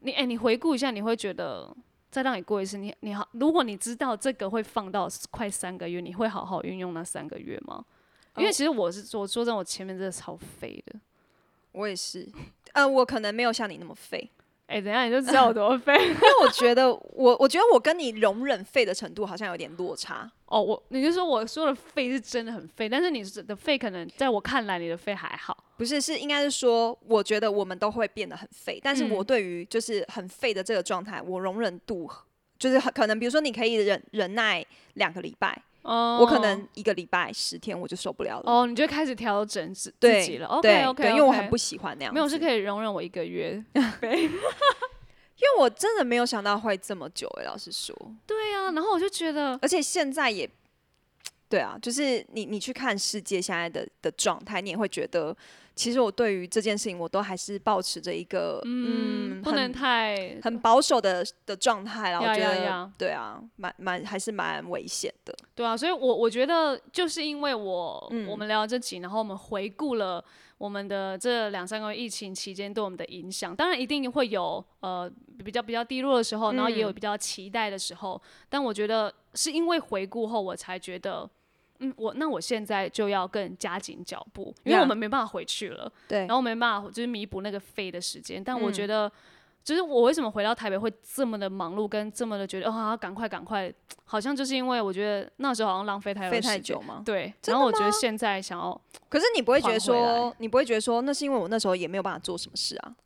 [SPEAKER 2] 你哎、你回顾一下，你会觉得再让你过一次，你你好，如果你知道这个会放到快三个月，你会好好运用那三个月吗？因为
[SPEAKER 1] 哦
[SPEAKER 2] 其实我是我说真的，我前面真的超废的。
[SPEAKER 1] 我也 是，呃，我可能没有像你那么废，
[SPEAKER 2] 哎、等一下你就知道我多废。
[SPEAKER 1] 因为我觉得我，我觉得我跟你容忍废的程度好像有点落差。
[SPEAKER 2] 哦，我你就说我说的废是真的很废，但是你的废可能在我看来你的废还好。
[SPEAKER 1] 不是，是应该是说，我觉得我们都会变得很废，但是
[SPEAKER 2] 嗯
[SPEAKER 1] 我对于就是很废的这个状态，我容忍度就是很可能，比如说你可以忍忍耐两个礼拜，
[SPEAKER 2] 哦，
[SPEAKER 1] 我可能一个礼拜十天我就受不了了。
[SPEAKER 2] 哦，你就开始调整自自
[SPEAKER 1] 对
[SPEAKER 2] 己了。OK
[SPEAKER 1] 对
[SPEAKER 2] OK，
[SPEAKER 1] 对，因为我很不喜欢那样子。
[SPEAKER 2] 没有是可以容忍我一个月。
[SPEAKER 1] 因为我真的没有想到会这么久诶、欸老实说，
[SPEAKER 2] 对啊，然后我就觉得
[SPEAKER 1] 而且现在也，对啊，就是你你去看世界现在的的状态，你也会觉得，其实我对于这件事情，我都还是保持着一个嗯，
[SPEAKER 2] 嗯，不能
[SPEAKER 1] 很
[SPEAKER 2] 太
[SPEAKER 1] 很保守的的状态啦。我
[SPEAKER 2] 呀
[SPEAKER 1] 觉
[SPEAKER 2] 呀
[SPEAKER 1] 得
[SPEAKER 2] 呀
[SPEAKER 1] 对啊，蛮蛮还是蛮危险的。
[SPEAKER 2] 对啊，所以我我觉得就是因为我、我们聊这集，然后我们回顾了我们的这两三个月疫情期间对我们的影响，当然一定会有呃比较比较低落的时候，然后也有比较期待的时候，但我觉得是因为回顾后，我才觉得。嗯，我那我现在就要更加紧脚步，因为
[SPEAKER 1] Yeah
[SPEAKER 2] 我们没办法回去了。
[SPEAKER 1] 对
[SPEAKER 2] 然，后没办法就是弥补那个飞的时间。
[SPEAKER 1] 嗯
[SPEAKER 2] 但我觉得，就是我为什么回到台北会这么的忙碌，跟这么的觉得啊，赶快赶快，好像就是因为我觉得那时候好像浪费太多
[SPEAKER 1] 费
[SPEAKER 2] 时
[SPEAKER 1] 太
[SPEAKER 2] 间
[SPEAKER 1] 久。吗？
[SPEAKER 2] 对，
[SPEAKER 1] 真的
[SPEAKER 2] 然后我觉得
[SPEAKER 1] 吗
[SPEAKER 2] 现在想要
[SPEAKER 1] 可是你不会觉得
[SPEAKER 2] 缓回来
[SPEAKER 1] 说，你不会觉得说，那是因为我那时候也没有办法做什么事啊。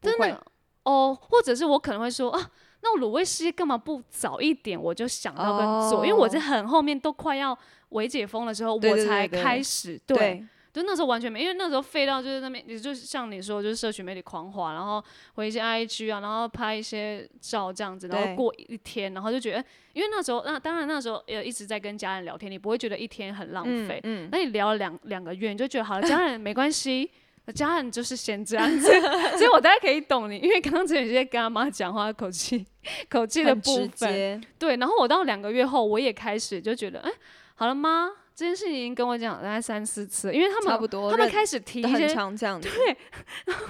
[SPEAKER 1] 不
[SPEAKER 2] 真
[SPEAKER 1] 会
[SPEAKER 2] 的哦，或者是我可能会说啊，那卤味事业干嘛不早一点我就想到跟做？因为我在很后面都快要微解封的时候，
[SPEAKER 1] 哦对对
[SPEAKER 2] 我
[SPEAKER 1] 对
[SPEAKER 2] 才
[SPEAKER 1] 对
[SPEAKER 2] 开始
[SPEAKER 1] 对，
[SPEAKER 2] 就那时候完全没，因为那时候废到就是那边，也就像你说，就是社群媒体狂滑，然后回一些 IG 啊，然后拍一些照这样子，然后
[SPEAKER 1] 对
[SPEAKER 2] 过一天，然后就觉得，因为那时候那当然那时候也一直在跟家人聊天，你不会觉得一天很浪费。
[SPEAKER 1] 嗯，
[SPEAKER 2] 那你聊了两两个月，你就觉得好了，家人没关系，家人就是先这样 子，所以我大概可以懂你，因为刚刚只有在跟阿妈讲话的口气口气的
[SPEAKER 1] 很
[SPEAKER 2] 部
[SPEAKER 1] 直
[SPEAKER 2] 分，
[SPEAKER 1] 接。
[SPEAKER 2] 对，然后我到两个月后，我也开始就觉得，哎、好了妈，这件事情已经跟我讲了大概三四次，因为他
[SPEAKER 1] 差
[SPEAKER 2] 们
[SPEAKER 1] 不多
[SPEAKER 2] 他们
[SPEAKER 1] 认
[SPEAKER 2] 开始提一
[SPEAKER 1] 很
[SPEAKER 2] 些，
[SPEAKER 1] 常这样子。对，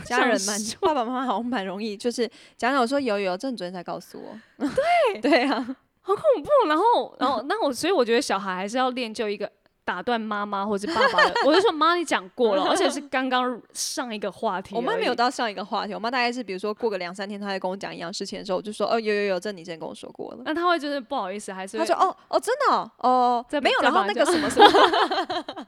[SPEAKER 1] 家人蛮
[SPEAKER 2] 想
[SPEAKER 1] 爸爸妈妈好像蛮容易，就是讲讲我说有有，有这你昨天才告诉我。 对对啊，
[SPEAKER 2] 好恐怖。然后，然后，那我所以我觉得小孩还是要练就一个打断妈妈或者爸爸的。 我就说妈，你讲过了，而且是刚刚上一个话题而已。
[SPEAKER 1] 我妈没有到上一个话题，我妈大概是比如说过个两三天，她在跟我讲一样事情的时候，我就说哦有有有，这你之前跟我说过了。
[SPEAKER 2] 那他会就是不好意思，还是
[SPEAKER 1] 她
[SPEAKER 2] 会
[SPEAKER 1] 说哦哦真的哦哦
[SPEAKER 2] 再
[SPEAKER 1] 没有，
[SPEAKER 2] 再
[SPEAKER 1] 然后
[SPEAKER 2] 把
[SPEAKER 1] 那
[SPEAKER 2] 这
[SPEAKER 1] 个 什么什么，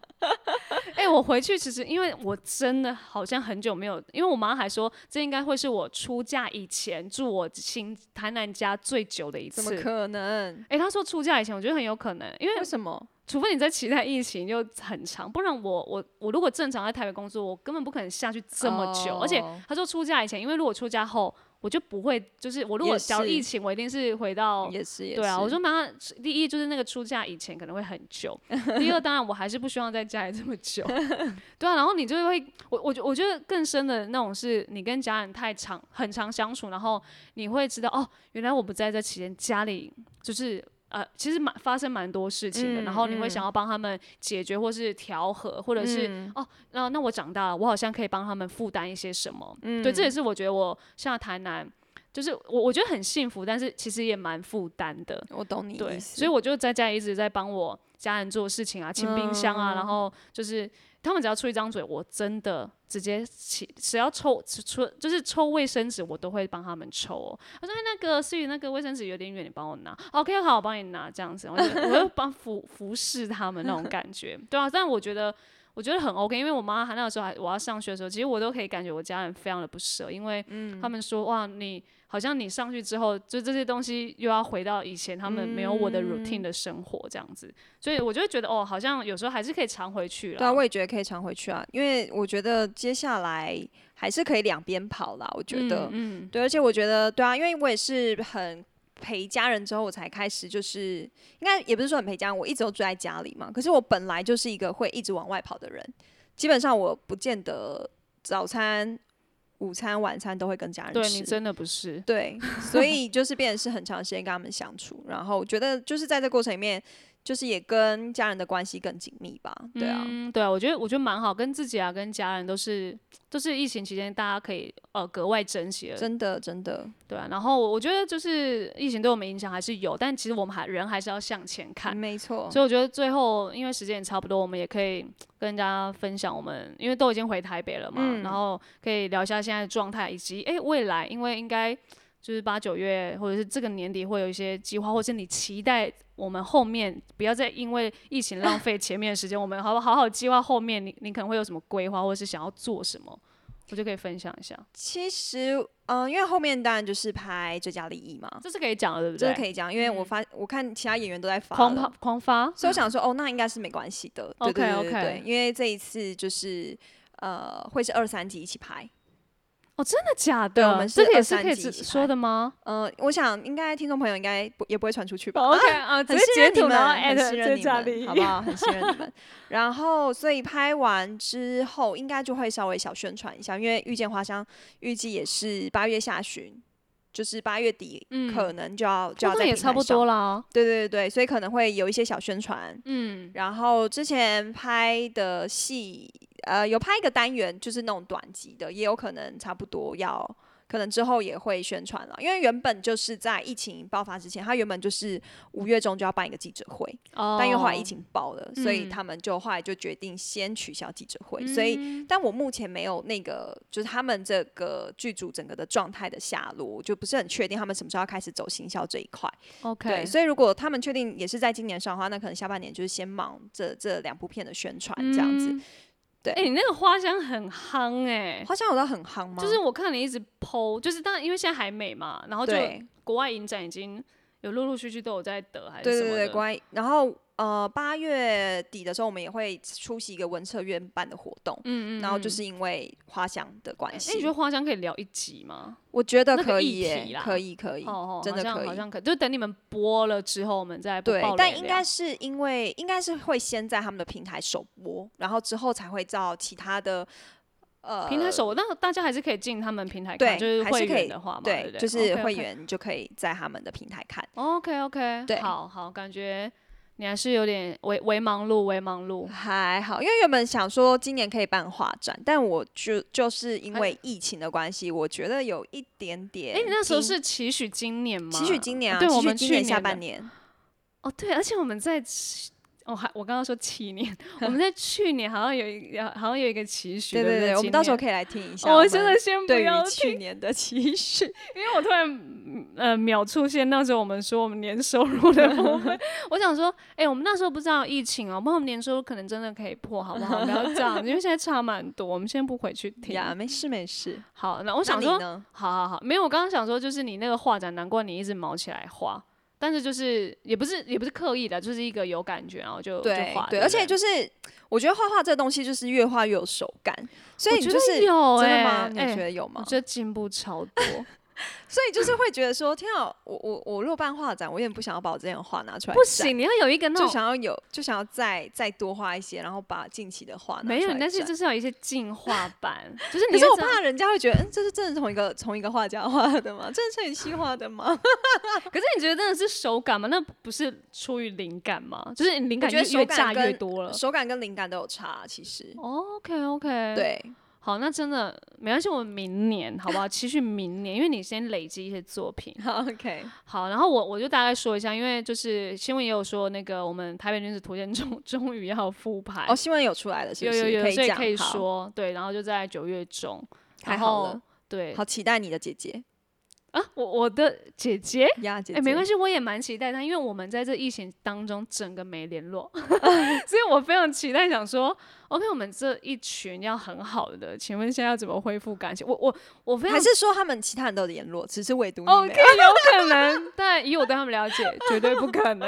[SPEAKER 2] 哎、我回去其实因为我真的好像很久没有，因为我妈还说这应该会是我出嫁以前住我新台南家最久的一
[SPEAKER 1] 怎
[SPEAKER 2] 次
[SPEAKER 1] 么。可能？
[SPEAKER 2] 哎、她说出嫁以前，我觉得很有可能，因为
[SPEAKER 1] 为什么？
[SPEAKER 2] 除非你在期待疫情就很长，不然我我我如果正常在台北工作，我根本不可能下去这么久。而且
[SPEAKER 1] 哦
[SPEAKER 2] 他说出嫁以前，因为如果出嫁后，我就不会，就是我如果
[SPEAKER 1] 也是
[SPEAKER 2] 假如疫情，我一定是回到
[SPEAKER 1] 哦也是也是，
[SPEAKER 2] 对啊，我说马上第一就是那个出嫁以前可能会很久，第二当然我还是不希望在家里这么 久，对啊，然后你就会我我觉我觉得更深的那种是你跟家人太长很长相处，然后你会知道哦，原来我不在这期间家里就是。呃，其实蛮发生蛮多事
[SPEAKER 1] 嗯
[SPEAKER 2] 情的，然后你会想要帮他们解决，或是调和，或者是、
[SPEAKER 1] 嗯
[SPEAKER 2] 哦，那那我长大了，我好像可以帮他们负担一些什么。对，
[SPEAKER 1] 嗯
[SPEAKER 2] 这也是我觉得我下台南，就是我我觉得很幸福，但是其实也蛮负担的。
[SPEAKER 1] 我懂你
[SPEAKER 2] 对，
[SPEAKER 1] 意思，
[SPEAKER 2] 所以我就在家一直在帮我家人做事情啊，清冰箱啊，然后就是他们只要出一张嘴，我真的直接起，只要抽抽就是抽卫生纸，我都会帮他们抽、哦。他说：“哎，那个思雨，那个卫生纸有点远，你帮我拿。”OK，好，我帮你拿，这样子，我就我就帮服服侍他们那种感觉，对啊，但我觉得。我觉得很 OK，因为我妈她那个时候还我要上学的时候，其实我都可以感觉我家人非常的不舍，因为
[SPEAKER 1] 嗯
[SPEAKER 2] 他们说、哇，你好像你上去之后，就这些东西又要回到以前他们没有我的
[SPEAKER 1] 嗯
[SPEAKER 2] routine 的生活这样子，所以我就会觉得哦，好像有时候还是可以常回去了。
[SPEAKER 1] 对啊，我也觉得可以常回去啊，因为我觉得接下来还是可以两边跑啦。我觉得，
[SPEAKER 2] 嗯，嗯
[SPEAKER 1] 对，而且我觉得，对啊，因为我也是很陪家人之后，我才开始就是应该也不是说很陪家人，我一直都住在家里嘛。可是我本来就是一个会一直往外跑的人，基本上我不见得早餐、午餐、晚餐都会跟家人
[SPEAKER 2] 对
[SPEAKER 1] 吃
[SPEAKER 2] 你。真的不是，
[SPEAKER 1] 对，所以就是变成是很长时间跟他们相处，然后我觉得就是在这过程里面，就是也跟家人的关系更紧密吧。对啊，
[SPEAKER 2] 嗯，对啊，我觉得我觉得蛮好，跟自己啊，跟家人都是都是疫情期间大家可以呃格外珍惜的，
[SPEAKER 1] 真的真的，
[SPEAKER 2] 对啊。然后我觉得就是疫情对我们影响还是有，但其实我们还人还是要向前看。
[SPEAKER 1] 没错，
[SPEAKER 2] 所以我觉得最后，因为时间也差不多，我们也可以跟大家分享我们，因为都已经回台北了嘛，
[SPEAKER 1] 嗯
[SPEAKER 2] 然后可以聊一下现在的状态，以及诶未来，因为应该就是八九月或者是这个年底会有一些计划，或是你期待我们后面不要再因为疫情浪费前面的时间，我们好好好计划后面你你可能会有什么规划，或者是想要做什么，我就可以分享一下，
[SPEAKER 1] 其实，嗯、因为后面当然就是拍《最佳利益》嘛，
[SPEAKER 2] 这是可以讲的，对不
[SPEAKER 1] 这
[SPEAKER 2] 对？嗯
[SPEAKER 1] 是可以讲，因为我发、我看其他演员都在发
[SPEAKER 2] 狂
[SPEAKER 1] 了
[SPEAKER 2] 发狂发，
[SPEAKER 1] 所以我想说，哦，那应该是没关系的。对
[SPEAKER 2] OK，
[SPEAKER 1] 对对对对
[SPEAKER 2] OK
[SPEAKER 1] 因为这一次就是呃，会是二三集一起拍。
[SPEAKER 2] 真的假
[SPEAKER 1] 对
[SPEAKER 2] 的？
[SPEAKER 1] 我们是
[SPEAKER 2] 啊这个也
[SPEAKER 1] 二
[SPEAKER 2] 是
[SPEAKER 1] 三
[SPEAKER 2] 可以
[SPEAKER 1] 集
[SPEAKER 2] 直
[SPEAKER 1] 一起
[SPEAKER 2] 说
[SPEAKER 1] 拍
[SPEAKER 2] 的吗？
[SPEAKER 1] 呃，我想应该听众朋友应该不也不会传出去吧。
[SPEAKER 2] OK 啊，直
[SPEAKER 1] 很
[SPEAKER 2] 接
[SPEAKER 1] 信
[SPEAKER 2] 截
[SPEAKER 1] 任你
[SPEAKER 2] 图
[SPEAKER 1] 们，
[SPEAKER 2] 然后
[SPEAKER 1] 很
[SPEAKER 2] at
[SPEAKER 1] 信任
[SPEAKER 2] 最
[SPEAKER 1] 你
[SPEAKER 2] 佳
[SPEAKER 1] 们，
[SPEAKER 2] 利
[SPEAKER 1] 好 不好？很信任 你们。然后，所以拍完之后，应该就会稍微小宣传一下，因为《遇见花香》预计也是八月下旬，就是八月底，
[SPEAKER 2] 嗯
[SPEAKER 1] 可能就要就
[SPEAKER 2] 就
[SPEAKER 1] 要在
[SPEAKER 2] 也
[SPEAKER 1] 平
[SPEAKER 2] 差
[SPEAKER 1] 台
[SPEAKER 2] 不
[SPEAKER 1] 上
[SPEAKER 2] 多啦。
[SPEAKER 1] 对对对，所以可能会有一些小宣传。
[SPEAKER 2] 嗯，
[SPEAKER 1] 然后之前拍的戏，呃，有拍一个单元，就是那种短集的，也有可能差不多要，可能之后也会宣传了。因为原本就是在疫情爆发之前，他原本就是五月中就要办一个记者会，
[SPEAKER 2] 哦
[SPEAKER 1] 但因为后来疫，情爆了，所以
[SPEAKER 2] 嗯
[SPEAKER 1] 他们就后来就决定先取消记者会。所以，但我目前没有那个，就是他们这个剧组整个的状态的下落，我就不是很确定他们什么时候要开始走行销这一块。对，
[SPEAKER 2] OK，
[SPEAKER 1] 所以如果他们确定也是在今年上的话，那可能下半年就是先忙这这两部片的宣传这样子。
[SPEAKER 2] 嗯
[SPEAKER 1] 对
[SPEAKER 2] 哎，你那个花香很夯哎，
[SPEAKER 1] 花香有到很夯吗？
[SPEAKER 2] 就是我看你一直剖，就是当然因为现在还美嘛，然后就
[SPEAKER 1] 对
[SPEAKER 2] 国外影展已经有陆陆续续都有在得还是
[SPEAKER 1] 对
[SPEAKER 2] 什
[SPEAKER 1] 对
[SPEAKER 2] 么
[SPEAKER 1] 对，
[SPEAKER 2] 的
[SPEAKER 1] 国外。然后呃，八月底的时候，我们也会出席一个文策院办的活动。
[SPEAKER 2] 嗯嗯，
[SPEAKER 1] 然后
[SPEAKER 2] 嗯
[SPEAKER 1] 就是因为花香的关
[SPEAKER 2] 哎，你
[SPEAKER 1] 系
[SPEAKER 2] 觉，得花香可以聊一集吗？
[SPEAKER 1] 我觉得
[SPEAKER 2] 那个
[SPEAKER 1] 可
[SPEAKER 2] 议
[SPEAKER 1] 以
[SPEAKER 2] 题
[SPEAKER 1] 耶
[SPEAKER 2] 啦，
[SPEAKER 1] 可以可以，
[SPEAKER 2] 哦
[SPEAKER 1] 嗯
[SPEAKER 2] 哦，
[SPEAKER 1] 真的
[SPEAKER 2] 好像
[SPEAKER 1] 可
[SPEAKER 2] 好
[SPEAKER 1] 以
[SPEAKER 2] 像可以，就等你们播了之后，我们再不
[SPEAKER 1] 对
[SPEAKER 2] 爆，雷
[SPEAKER 1] 但应
[SPEAKER 2] 聊
[SPEAKER 1] 该是因为应该是会先在他们的平台首播，然后之后才会照其他的呃
[SPEAKER 2] 平台首，那大家还是可以进他们平台
[SPEAKER 1] 对
[SPEAKER 2] 看，就是
[SPEAKER 1] 还
[SPEAKER 2] 会
[SPEAKER 1] 是可
[SPEAKER 2] 员
[SPEAKER 1] 以
[SPEAKER 2] 的话嘛，对
[SPEAKER 1] 对
[SPEAKER 2] 不对，
[SPEAKER 1] 就是会
[SPEAKER 2] OK，OK
[SPEAKER 1] 员就可以在他们的平台看。
[SPEAKER 2] OK OK，
[SPEAKER 1] 对
[SPEAKER 2] 好好，感觉你还是有点为为忙碌，为忙碌。
[SPEAKER 1] 还好，因为原本想说今年可以办画展，但我就就是因为疫情的关系，我觉得有一点点。
[SPEAKER 2] 哎哎、你那时候是期许今年吗？
[SPEAKER 1] 期许今年啊，
[SPEAKER 2] 对，
[SPEAKER 1] 期
[SPEAKER 2] 我
[SPEAKER 1] 许
[SPEAKER 2] 们
[SPEAKER 1] 今
[SPEAKER 2] 去
[SPEAKER 1] 年下半
[SPEAKER 2] 的。
[SPEAKER 1] 年，
[SPEAKER 2] 哦，对，而且我们在去，哦，还我刚刚说七年， 我们在去年好像有一好像有一个期许，
[SPEAKER 1] 对
[SPEAKER 2] 对不
[SPEAKER 1] 对，我们到时候
[SPEAKER 2] 今
[SPEAKER 1] 可以来听一下。
[SPEAKER 2] 年哦我真的先不
[SPEAKER 1] 对于
[SPEAKER 2] 要听，
[SPEAKER 1] 去年的期 许，
[SPEAKER 2] 因为我突然嗯呃秒出现那时候我们说我们年收入的 部分，我想说，哎、我们那时候不知道疫情哦，不然我们年收入可能真的可以破，好不好？不要这 样，因为现在差蛮多，我们先不回去听。
[SPEAKER 1] 呀，没事没事。
[SPEAKER 2] 好，那我
[SPEAKER 1] 我
[SPEAKER 2] 想说，
[SPEAKER 1] 呢，
[SPEAKER 2] 好好好，没有，我刚刚想说，就是你那个画展，难怪你一直毛起来画，但是就是也不是也不是刻意的，就是一个有感觉，然后就就
[SPEAKER 1] 对
[SPEAKER 2] 画。
[SPEAKER 1] 对，
[SPEAKER 2] 不
[SPEAKER 1] 而且就是我觉得画画这个东西就是越画越有手感，所以
[SPEAKER 2] 我
[SPEAKER 1] 你
[SPEAKER 2] 觉
[SPEAKER 1] 就
[SPEAKER 2] 得
[SPEAKER 1] 是
[SPEAKER 2] 有
[SPEAKER 1] 真
[SPEAKER 2] 欸
[SPEAKER 1] 的吗？你
[SPEAKER 2] 欸
[SPEAKER 1] 觉得有吗
[SPEAKER 2] 我？觉得进 步超多。
[SPEAKER 1] 所以就是会觉得说，天啊，我我我如果办画展，我有点不想要把我之前的画拿出来，
[SPEAKER 2] 不，行，你要有一个那
[SPEAKER 1] 就
[SPEAKER 2] 种
[SPEAKER 1] 想要有，就想要再再多画一些，然后把近期的画拿
[SPEAKER 2] 没
[SPEAKER 1] 出
[SPEAKER 2] 有，
[SPEAKER 1] 来
[SPEAKER 2] 但是
[SPEAKER 1] 展
[SPEAKER 2] 就是要有一些 进化版，就是
[SPEAKER 1] 可
[SPEAKER 2] 你
[SPEAKER 1] 是
[SPEAKER 2] 会
[SPEAKER 1] 我
[SPEAKER 2] 知道
[SPEAKER 1] 怕人家会觉得，嗯，这是真的同一个同一个画家画的吗？这是陈雨希画的 吗？
[SPEAKER 2] 可是你觉得真的是手感吗？那不是出于灵感吗？就是你灵
[SPEAKER 1] 我
[SPEAKER 2] 感
[SPEAKER 1] 觉得
[SPEAKER 2] 越越
[SPEAKER 1] 手感
[SPEAKER 2] 炸越
[SPEAKER 1] 跟
[SPEAKER 2] 多了。
[SPEAKER 1] 手感跟灵感都有差，
[SPEAKER 2] 啊
[SPEAKER 1] 其实。
[SPEAKER 2] OK OK，，
[SPEAKER 1] 对，
[SPEAKER 2] 好，那真的没关系，我们明年好不好？期许明年，因为你先累积一些作品。
[SPEAKER 1] 好，OK，
[SPEAKER 2] 好，然后我我就大概说一下，因为就是新闻也有说，那个我们台北女子图鉴终 终于要复牌，
[SPEAKER 1] 哦，新闻有出来了，是
[SPEAKER 2] 有
[SPEAKER 1] 不是？
[SPEAKER 2] 有有，
[SPEAKER 1] 可以
[SPEAKER 2] 所以
[SPEAKER 1] 讲
[SPEAKER 2] 可以，
[SPEAKER 1] 好
[SPEAKER 2] 说对，然后就在九月中，
[SPEAKER 1] 太
[SPEAKER 2] 然
[SPEAKER 1] 好
[SPEAKER 2] 后
[SPEAKER 1] 了，
[SPEAKER 2] 对
[SPEAKER 1] 好期待你的姐姐
[SPEAKER 2] 啊，我我的姐姐
[SPEAKER 1] 呀，姐
[SPEAKER 2] 哎、
[SPEAKER 1] 姐，
[SPEAKER 2] 没关
[SPEAKER 1] 系，
[SPEAKER 2] 系，我也蛮期待他，因为我们在这疫情当中整个没联 络，所以我非常期待，想说，OK，我们这一群要很好的，请问现在要怎么恢复感情？我我我非常
[SPEAKER 1] 还是说他们其他人都有联络，只是唯独你没
[SPEAKER 2] OK，
[SPEAKER 1] 哦有。
[SPEAKER 2] 有 可能，哦但以我对他们了解，绝对不 可能。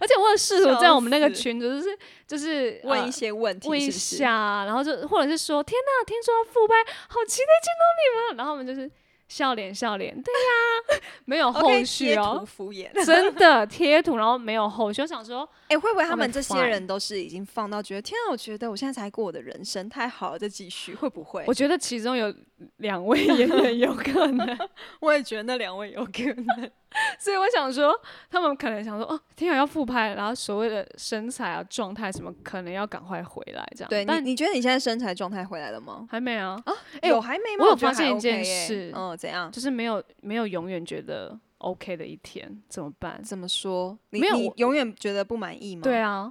[SPEAKER 2] 而且我有试图在我们那个
[SPEAKER 1] 笑死
[SPEAKER 2] 群组，就是就是呃
[SPEAKER 1] 问一些问题
[SPEAKER 2] 问
[SPEAKER 1] 是
[SPEAKER 2] 一
[SPEAKER 1] 不是
[SPEAKER 2] 下，然后就或者是说，天呐，听说要复拍，好期待见到你们，然后我们就是笑脸笑脸，对呀、没 有
[SPEAKER 1] OK，
[SPEAKER 2] 后续
[SPEAKER 1] 贴
[SPEAKER 2] 哦、
[SPEAKER 1] 图敷 衍。
[SPEAKER 2] 真的贴图，然后没有后续，我想说，
[SPEAKER 1] 哎、会不会他
[SPEAKER 2] 他
[SPEAKER 1] 们
[SPEAKER 2] 们
[SPEAKER 1] 这些
[SPEAKER 2] fine
[SPEAKER 1] 人都是已经放到觉得天啊，我觉得我现在才过我的人生太好了，再继续会不会？
[SPEAKER 2] 我觉得其中有两位 演员有可能，
[SPEAKER 1] 我也觉得那两位有可能。
[SPEAKER 2] 所以我想说，他们可能想说，哦，天啊，要复拍，然后所谓的身材啊、状态什么，可能要赶快回来这样。
[SPEAKER 1] 对你，
[SPEAKER 2] 但
[SPEAKER 1] 你觉得你现在身材状态回来了吗？
[SPEAKER 2] 还没啊，哎
[SPEAKER 1] 有还没吗？
[SPEAKER 2] 我有
[SPEAKER 1] 觉得
[SPEAKER 2] 发现
[SPEAKER 1] 还
[SPEAKER 2] 一件
[SPEAKER 1] OK 耶
[SPEAKER 2] 事
[SPEAKER 1] 嗯，怎样？
[SPEAKER 2] 就是没有没有永远觉得 OK 的一天，怎么办？
[SPEAKER 1] 怎么说？你
[SPEAKER 2] 没有
[SPEAKER 1] 你
[SPEAKER 2] 我
[SPEAKER 1] 永远觉得不满意吗？
[SPEAKER 2] 对，啊，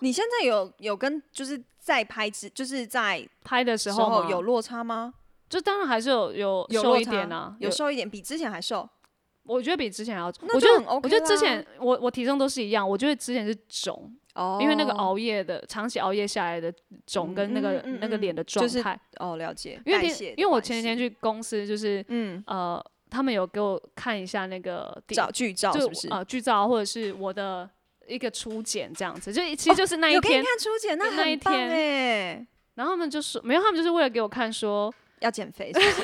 [SPEAKER 1] 你现在有有跟就是在拍之就是在
[SPEAKER 2] 拍的时
[SPEAKER 1] 时
[SPEAKER 2] 候
[SPEAKER 1] 候
[SPEAKER 2] 嘛
[SPEAKER 1] 有，落差吗？
[SPEAKER 2] 就当然还是有有哦
[SPEAKER 1] 有
[SPEAKER 2] 瘦
[SPEAKER 1] 落
[SPEAKER 2] 一
[SPEAKER 1] 差
[SPEAKER 2] 点啊，
[SPEAKER 1] 有瘦一点，比之前还瘦。
[SPEAKER 2] 我觉得比之前还要，
[SPEAKER 1] 那
[SPEAKER 2] 我
[SPEAKER 1] 就
[SPEAKER 2] 觉得、
[SPEAKER 1] 很 OK 啊
[SPEAKER 2] 我觉得之
[SPEAKER 1] 啦
[SPEAKER 2] 前我我体重都是一样，我觉得之前是肿，
[SPEAKER 1] 哦，
[SPEAKER 2] 因为那个熬夜的，长期熬夜下来的肿跟那
[SPEAKER 1] 嗯
[SPEAKER 2] 个、
[SPEAKER 1] 嗯嗯
[SPEAKER 2] 那个
[SPEAKER 1] 嗯
[SPEAKER 2] 脸的
[SPEAKER 1] 就
[SPEAKER 2] 状
[SPEAKER 1] 是
[SPEAKER 2] 态，
[SPEAKER 1] 哦，了解。
[SPEAKER 2] 因为
[SPEAKER 1] 代
[SPEAKER 2] 你
[SPEAKER 1] 谢的
[SPEAKER 2] 因为我
[SPEAKER 1] 关
[SPEAKER 2] 前几天
[SPEAKER 1] 系
[SPEAKER 2] 去公司，就是
[SPEAKER 1] 嗯
[SPEAKER 2] 呃，他们有给我看一下那个地
[SPEAKER 1] 找剧照
[SPEAKER 2] 就是是
[SPEAKER 1] 不是？
[SPEAKER 2] 呃剧照或者是我的一个初检这样子，就其实就是那
[SPEAKER 1] 哦
[SPEAKER 2] 一
[SPEAKER 1] 有给
[SPEAKER 2] 天，
[SPEAKER 1] 你看初检，
[SPEAKER 2] 那一
[SPEAKER 1] 很棒
[SPEAKER 2] 天
[SPEAKER 1] 哎，
[SPEAKER 2] 然后他们就说没有，他们就是为了给我看说，
[SPEAKER 1] 要减肥是不是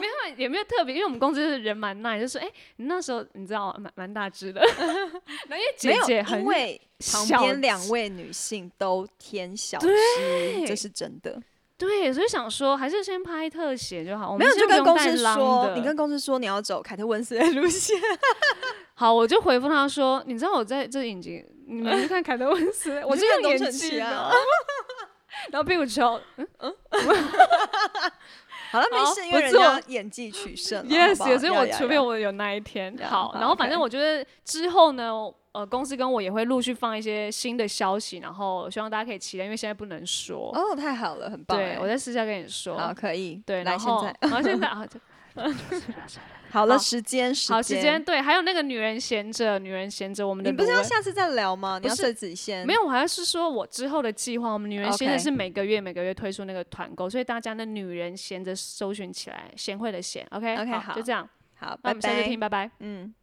[SPEAKER 2] 没有他们也没有特别，因为我们公司就是人蛮 nice，就说哎、你那时候你知道蛮蛮大只的， 然后因为 姐
[SPEAKER 1] 没有
[SPEAKER 2] 姐很
[SPEAKER 1] 因为旁
[SPEAKER 2] 小
[SPEAKER 1] 边两位女性都偏小只，这
[SPEAKER 2] 对
[SPEAKER 1] 是真的。
[SPEAKER 2] 对，所以想说还是先拍特写就好，我
[SPEAKER 1] 没
[SPEAKER 2] 们
[SPEAKER 1] 有，
[SPEAKER 2] 先
[SPEAKER 1] 就
[SPEAKER 2] 不
[SPEAKER 1] 跟
[SPEAKER 2] 用
[SPEAKER 1] 公
[SPEAKER 2] 带
[SPEAKER 1] 司
[SPEAKER 2] 狼
[SPEAKER 1] 说，
[SPEAKER 2] 的
[SPEAKER 1] 你跟公司说你要走凯特温斯的路线。
[SPEAKER 2] 好，我就回复他说：“你知道我在这影集，你们去看凯特温斯 莱，我
[SPEAKER 1] 你
[SPEAKER 2] 是
[SPEAKER 1] 就看
[SPEAKER 2] 用
[SPEAKER 1] 董
[SPEAKER 2] 演
[SPEAKER 1] 存
[SPEAKER 2] 技
[SPEAKER 1] 齐
[SPEAKER 2] 的
[SPEAKER 1] 啊
[SPEAKER 2] 哦。然后屁股抽
[SPEAKER 1] 好了，没
[SPEAKER 2] 好
[SPEAKER 1] 事，因
[SPEAKER 2] 不
[SPEAKER 1] 为人家
[SPEAKER 2] 错
[SPEAKER 1] 演技取胜了。
[SPEAKER 2] ，yes，
[SPEAKER 1] 好不好
[SPEAKER 2] 所以
[SPEAKER 1] 要
[SPEAKER 2] 我
[SPEAKER 1] 要
[SPEAKER 2] 除非
[SPEAKER 1] 要
[SPEAKER 2] 我有那一天。
[SPEAKER 1] 呀
[SPEAKER 2] 好，
[SPEAKER 1] 好
[SPEAKER 2] 然后反正
[SPEAKER 1] ，OK
[SPEAKER 2] 我觉得之后呢，呃，公司跟我也会陆续放一些新的消息，然后希望大家可以期待，因为现在不能说。
[SPEAKER 1] 哦，太好了，很棒哎。
[SPEAKER 2] 对，我在私下跟你说。
[SPEAKER 1] 好，可以。
[SPEAKER 2] 对，
[SPEAKER 1] 来
[SPEAKER 2] 然
[SPEAKER 1] 现
[SPEAKER 2] 后
[SPEAKER 1] 在
[SPEAKER 2] 然后 现在啊，对
[SPEAKER 1] 好了，
[SPEAKER 2] 好
[SPEAKER 1] 时间时
[SPEAKER 2] 好时间，对，还有那个女人闲着，女人闲着，我们的
[SPEAKER 1] 你不是
[SPEAKER 2] 卢
[SPEAKER 1] 要
[SPEAKER 2] 恩
[SPEAKER 1] 下次再聊吗？你
[SPEAKER 2] 不
[SPEAKER 1] 要
[SPEAKER 2] 是
[SPEAKER 1] 设子先
[SPEAKER 2] 没有，我还是说我之后的计划，我们女人闲着
[SPEAKER 1] OK
[SPEAKER 2] 是每个月每个月推出那个团购，所以大家的女人闲着搜寻起来，贤惠的贤，OK
[SPEAKER 1] OK，好
[SPEAKER 2] 就这样，
[SPEAKER 1] 好，
[SPEAKER 2] 那
[SPEAKER 1] 拜
[SPEAKER 2] 我们下次
[SPEAKER 1] 拜
[SPEAKER 2] 听，。拜拜。
[SPEAKER 1] 嗯。